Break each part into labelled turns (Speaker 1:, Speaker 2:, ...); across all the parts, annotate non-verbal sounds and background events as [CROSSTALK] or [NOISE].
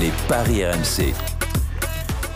Speaker 1: Les paris RMC.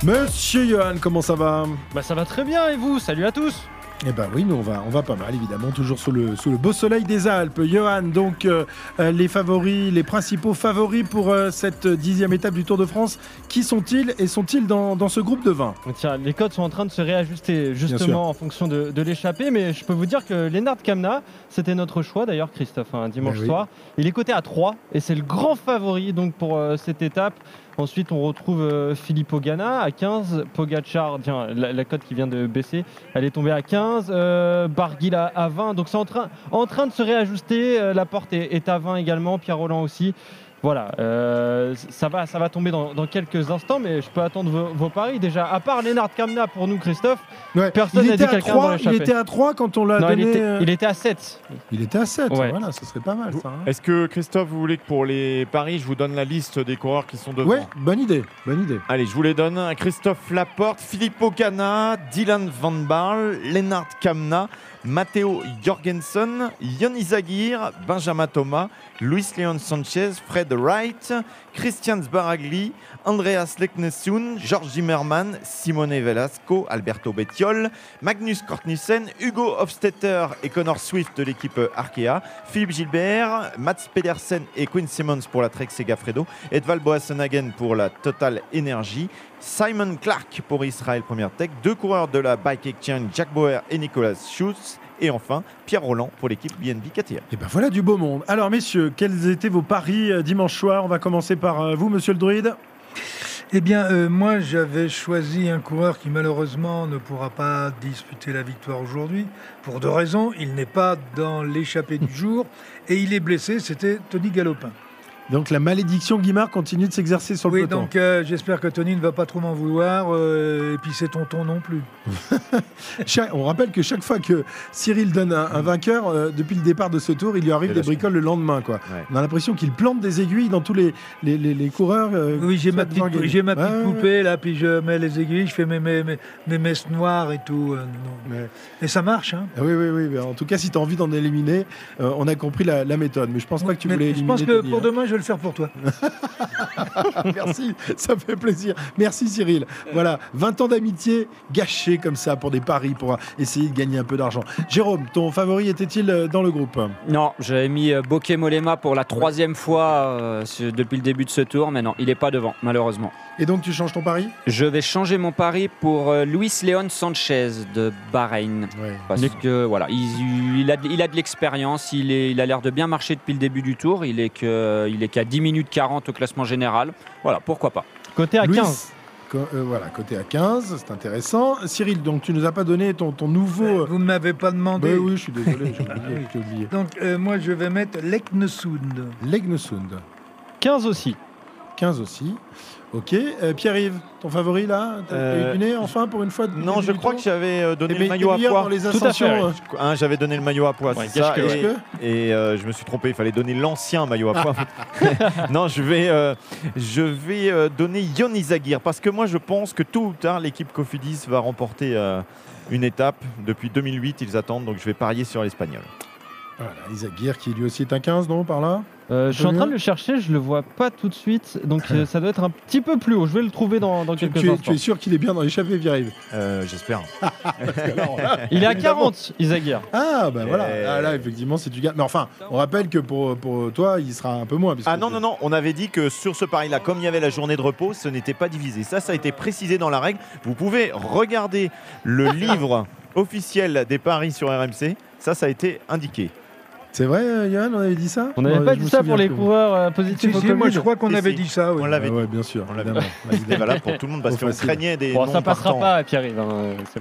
Speaker 2: Monsieur Johan, comment ça va
Speaker 3: Bah ça va très bien et vous Salut à tous
Speaker 2: Eh ben oui, nous on va, on va pas mal évidemment, toujours sous le, sous le beau soleil des Alpes. Johan, donc euh, euh, les favoris, les principaux favoris pour euh, cette dixième étape du Tour de France, qui sont-ils et sont-ils dans, dans ce groupe de 20
Speaker 3: Tiens, les codes sont en train de se réajuster
Speaker 2: sûr.
Speaker 3: justement en fonction de, de l'échappée, mais je peux vous dire que Lennart Kamna, c'était notre choix d'ailleurs Christophe, hein, dimanche
Speaker 2: Ben oui.
Speaker 3: soir. Il est coté à 3 et c'est le grand favori donc pour euh, cette étape. Ensuite on retrouve euh, Philippe Ogana à 15, Pogachar, tiens, la, la cote qui vient de baisser, elle est tombée à 15, euh, Barguil à, à 20, donc c'est en train, en train de se réajuster, euh, la porte est, est à 20 également, Pierre Roland aussi. Voilà, euh, ça, va, ça va tomber dans, dans quelques instants, mais je peux attendre vos, vos paris. Déjà, à part Lennart Kamna pour nous, Christophe,
Speaker 2: Ouais.
Speaker 3: Personne
Speaker 2: il,
Speaker 3: n'a
Speaker 2: était
Speaker 3: dit
Speaker 2: à
Speaker 3: quelqu'un dans
Speaker 2: 3, il
Speaker 3: l'échappée.
Speaker 2: était à 3 quand on l'a
Speaker 3: non, il,
Speaker 2: donné.
Speaker 3: était,
Speaker 2: euh,
Speaker 3: il était à 7.
Speaker 2: il était à 7,
Speaker 3: Ouais.
Speaker 2: voilà, ce serait pas mal ça. hein.
Speaker 4: Est-ce que Christophe, vous voulez que pour les paris, je vous donne la liste des coureurs qui sont devant
Speaker 2: Ouais, bonne idée, bonne idée.
Speaker 4: Allez, je vous les donne. Christophe Laporte, Philippe Ocana, Dylan Van Barl, Lennart Kamna, Matteo Jorgensen, Yoni Zagir, Benjamin Thomas, Luis Leon Sanchez, Fred Wright, Christian Sbaragli, Andreas Leknesun, George Zimmermann, Simone Velasco, Alberto Bettiol, Magnus Kortnissen, Hugo Hofstetter et Connor Swift de l'équipe Arkea, Philippe Gilbert, Mats Pedersen et Quinn Simmons pour la Trek Segafredo, Edval Boassenhagen pour la Total Energy, Simon Clark pour Israel Première Tech, deux coureurs de la Bike Exchange, Jack Bauer et Nicolas Schultz, et enfin Pierre Roland pour l'équipe BNB KTM.
Speaker 2: Et ben voilà du beau monde. Alors messieurs, quels étaient vos paris euh, dimanche soir On va commencer par euh, vous, monsieur le druide.
Speaker 5: Eh bien, euh, moi, j'avais choisi un coureur qui, malheureusement, ne pourra pas disputer la victoire aujourd'hui. Pour deux raisons. Il n'est pas dans l'échappée
Speaker 2: Hmm.
Speaker 5: du jour et il est blessé. C'était Tony Galopin.
Speaker 2: Donc la malédiction Guimard continue de s'exercer sur le
Speaker 5: Oui,
Speaker 2: peloton.
Speaker 5: donc euh, j'espère que Tony ne va pas trop m'en vouloir. euh, et puis, c'est tonton non plus.
Speaker 2: Cha- on rappelle que chaque fois que Cyril donne un, un vainqueur, euh, depuis le départ de ce tour, il lui arrive
Speaker 4: Et
Speaker 2: des
Speaker 4: là,
Speaker 2: bricoles le lendemain. Quoi.
Speaker 4: Ouais.
Speaker 2: On a l'impression qu'il plante des aiguilles dans tous les, les, les- les coureurs. euh,
Speaker 5: Oui, j'ai
Speaker 2: soit
Speaker 5: ma
Speaker 2: devant
Speaker 5: petite,
Speaker 2: Guimard.
Speaker 5: j'ai ma
Speaker 2: Ouais,
Speaker 5: petite
Speaker 2: ouais,
Speaker 5: poupée, là, puis je mets les aiguilles, je fais mes, mes, mes, mes messes noires et tout. euh, non.
Speaker 2: ouais.
Speaker 5: Et ça marche, hein.
Speaker 2: Ah Oui, oui, oui. mais En tout cas, si tu as envie d'en éliminer, euh, on a compris la, la méthode. Mais je pense pas que tu
Speaker 5: Mais
Speaker 2: voulais
Speaker 5: je
Speaker 2: éliminer.
Speaker 5: pense que
Speaker 2: Tony,
Speaker 5: pour
Speaker 2: hein.
Speaker 5: demain, je vais le faire pour toi.
Speaker 2: [LAUGHS] Merci, ça fait plaisir. Merci Cyril. Voilà, 20 ans d'amitié gâchés comme ça pour des paris, pour essayer de gagner un peu d'argent. Jérôme, ton favori était-il euh, dans le groupe
Speaker 6: Non, j'avais mis euh, Bokeh Molema pour la troisième fois euh, sur- depuis le début de ce tour, mais non, il n'est pas devant, malheureusement.
Speaker 2: Et donc tu changes ton pari
Speaker 6: Je vais changer mon pari pour euh, Luis Leon Sanchez de Bahreïn.
Speaker 2: Oui.
Speaker 6: Parce que voilà, il, il a, de- il a de l'expérience, il, est- il a l'air de bien marcher depuis le début du tour, il est que- il est qu'à 10 minutes 40 au classement général. Voilà, pourquoi pas.
Speaker 3: Côté à 15.
Speaker 2: euh, voilà, côté à 15, c'est intéressant. Cyril, donc tu nous as pas donné ton, ton nouveau.
Speaker 5: Vous ne m'avez pas
Speaker 2: Ben
Speaker 5: demandé.
Speaker 2: oui, je suis désolé, j'ai
Speaker 3: [LAUGHS]
Speaker 2: oublié. j'ai oublié.
Speaker 5: Donc euh, moi je vais mettre Leknesund.
Speaker 2: Legnesund,
Speaker 3: 15 aussi.
Speaker 2: 15 aussi. Ok, euh, Pierre-Yves, ton favori là T'as
Speaker 4: Euh,
Speaker 2: eu du nez enfin pour une fois depuis le
Speaker 4: Non, je
Speaker 2: début du
Speaker 4: crois que
Speaker 2: tour
Speaker 4: j'avais euh, donné
Speaker 2: T'es
Speaker 4: le
Speaker 2: me-
Speaker 4: maillot
Speaker 2: t'es
Speaker 4: à
Speaker 2: meilleur dans
Speaker 4: poids.
Speaker 2: les
Speaker 3: à fait, Ah,
Speaker 2: ascensions.
Speaker 3: ouais.
Speaker 2: euh.
Speaker 4: Hein, j'avais donné le maillot à poids,
Speaker 3: Ouais,
Speaker 4: c'est ça.
Speaker 3: cache-que,
Speaker 4: Et-
Speaker 2: Est-ce que
Speaker 4: et euh, je me suis trompé, il fallait donner l'ancien maillot
Speaker 2: [LAUGHS]
Speaker 4: à poids. [LAUGHS] non, je vais, euh, je vais euh, donner Yoni Zagir parce que moi je pense que tôt ou tard l'équipe Cofidis va remporter euh, une étape. Depuis 2008, ils attendent, donc je vais parier sur l'Espagnol.
Speaker 2: Voilà, Isaac Guir qui lui aussi est un 15, non, par là
Speaker 3: Euh, je suis en
Speaker 2: Julien
Speaker 3: train de le chercher, je le vois pas tout de suite, donc euh, ça doit être un petit peu plus haut. Je vais le trouver dans, dans
Speaker 2: tu,
Speaker 3: quelques
Speaker 2: tu es, tu
Speaker 3: instants.
Speaker 2: es sûr qu'il est bien dans l'échappée, Pierre-Yves
Speaker 4: Euh, J'espère.
Speaker 3: [LAUGHS] Il est à
Speaker 2: Évidemment.
Speaker 3: 40, Isaguirre.
Speaker 2: Ah, ben voilà.
Speaker 4: Euh.
Speaker 2: Ah, là, effectivement, c'est du gars. Mais enfin, on rappelle que pour, pour toi, il sera un peu moins. puisque-
Speaker 4: Ah non, non, non, on avait dit que sur ce pari-là, comme il y avait la journée de repos, ce n'était pas divisé. Ça, ça a été précisé dans la règle. Vous pouvez regarder [LAUGHS] le livre officiel des paris sur RMC. Ça, ça a été indiqué.
Speaker 2: C'est vrai, euh, Johan, on avait dit ça
Speaker 3: On n'avait
Speaker 2: Ouais,
Speaker 3: pas
Speaker 2: je
Speaker 3: dit
Speaker 2: me
Speaker 3: ça
Speaker 2: souviens
Speaker 3: pour les
Speaker 2: plus.
Speaker 3: coureurs euh,
Speaker 5: Si,
Speaker 3: positifs au
Speaker 5: si, moi je
Speaker 3: Covid.
Speaker 5: crois qu'on
Speaker 4: Si,
Speaker 5: avait
Speaker 4: si.
Speaker 5: dit ça.
Speaker 4: On
Speaker 5: oui.
Speaker 4: l'avait
Speaker 2: Ah
Speaker 4: dit.
Speaker 2: ouais, bien sûr.
Speaker 4: On l'avait
Speaker 2: évidemment.
Speaker 4: C'était valable pour tout le monde parce
Speaker 2: Trop
Speaker 4: qu'on
Speaker 2: facile.
Speaker 4: craignait des
Speaker 3: Bon,
Speaker 4: noms
Speaker 3: ça passera
Speaker 4: partants.
Speaker 3: pas à Pierre-Yves, hein, c'est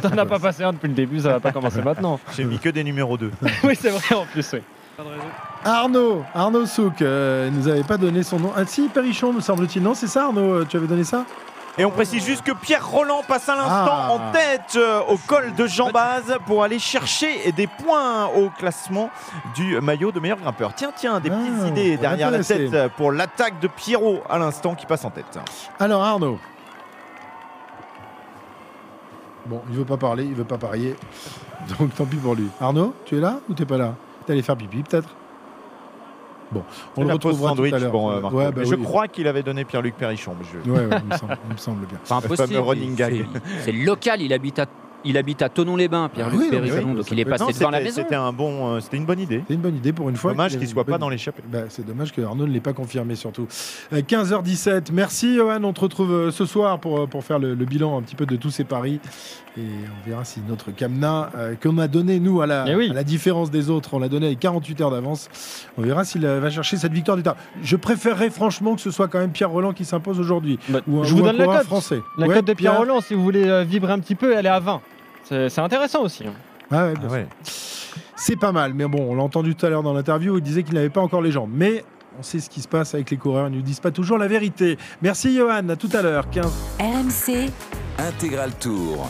Speaker 2: [LAUGHS]
Speaker 3: [LAUGHS] T'en as pas passé un depuis le début, ça va pas commencer maintenant.
Speaker 4: J'ai mis que des numéros 2.
Speaker 3: oui, c'est vrai en plus, oui.
Speaker 2: Arnaud, Arnaud Souk, euh, il nous avait pas donné son nom. Ah si, Perrichon, me semble-t-il. Non, c'est ça, Arnaud, euh, tu avais donné ça
Speaker 4: Et on précise juste que Pierre Roland passe à l'instant
Speaker 2: Ah.
Speaker 4: en tête euh, au col de Jambaz pour aller chercher des points au classement du maillot de meilleur grimpeur. Tiens, tiens, des
Speaker 2: Ah,
Speaker 4: petites idées
Speaker 2: on
Speaker 4: derrière la
Speaker 2: l'intéressait.
Speaker 4: tête euh, pour l'attaque de Pierrot à l'instant qui passe en tête.
Speaker 2: Alors, Arnaud. Bon, il veut pas parler, il veut pas parier. Donc tant pis pour lui. Arnaud, tu es là ou t'es pas là T'es allé faire pipi peut-être Bon, on le
Speaker 4: La pause
Speaker 2: retrouvera tout
Speaker 4: sandwich
Speaker 2: à l'heure.
Speaker 4: pour, euh, Marco.
Speaker 2: ouais, bah
Speaker 4: Mais Je
Speaker 2: oui.
Speaker 4: crois qu'il avait donné Pierre-Luc Perrichon. mais je-
Speaker 2: Ouais, ouais, il me semble, il me semble bien.
Speaker 6: Pas
Speaker 4: Le
Speaker 6: impossible.
Speaker 4: fameux running gag.
Speaker 6: C'est- C'est local, il habite à, il habite à Tonon-les-Bains,
Speaker 2: Ah oui,
Speaker 6: Pierre-Luc
Speaker 2: non, mais
Speaker 6: Perrichon,
Speaker 2: oui,
Speaker 6: donc
Speaker 2: ça
Speaker 6: il est
Speaker 2: peut-
Speaker 6: passé
Speaker 4: Non,
Speaker 6: devant la
Speaker 4: c'était-
Speaker 6: maison.
Speaker 4: C'était un bon, euh, c'était une bonne idée.
Speaker 2: C'est une bonne idée pour une fois.
Speaker 4: Dommage qu'il
Speaker 2: une
Speaker 4: soit pas
Speaker 2: bonne-
Speaker 4: dans l'échappée.
Speaker 2: Bah, c'est dommage que Arnaud ne l'ait pas confirmé surtout. Euh, 15h17, merci Johan, on te retrouve euh, ce soir pour, euh, pour faire le, le bilan un petit peu de tous ces paris. Et on verra si notre Kamna, euh, qu'on a donné nous à la,
Speaker 3: Eh oui.
Speaker 2: à la différence des autres, on l'a donné avec 48 heures d'avance, on verra s'il euh, va chercher cette victoire du tard. Je préférerais franchement que ce soit quand même Pierre Roland qui s'impose aujourd'hui.
Speaker 3: Bah,
Speaker 2: Ou un-
Speaker 3: je vous
Speaker 2: ou un
Speaker 3: donne la
Speaker 2: coureur
Speaker 3: cote.
Speaker 2: français.
Speaker 3: La
Speaker 2: Ouais,
Speaker 3: cote de Pierre Roland, si vous voulez euh, vibrer un petit peu, elle est à 20. C'est c'est intéressant aussi. hein.
Speaker 2: Ah ouais, bien
Speaker 4: Ah
Speaker 2: sûr.
Speaker 4: ouais.
Speaker 2: C'est pas mal, mais bon, on l'a entendu tout à l'heure dans l'interview, il disait qu'il n'avait pas encore les jambes. Mais on sait ce qui se passe avec les coureurs, ils ne nous disent pas toujours la vérité. Merci Johan, à tout à l'heure. 15...
Speaker 7: RMC,
Speaker 1: Intégral Tour.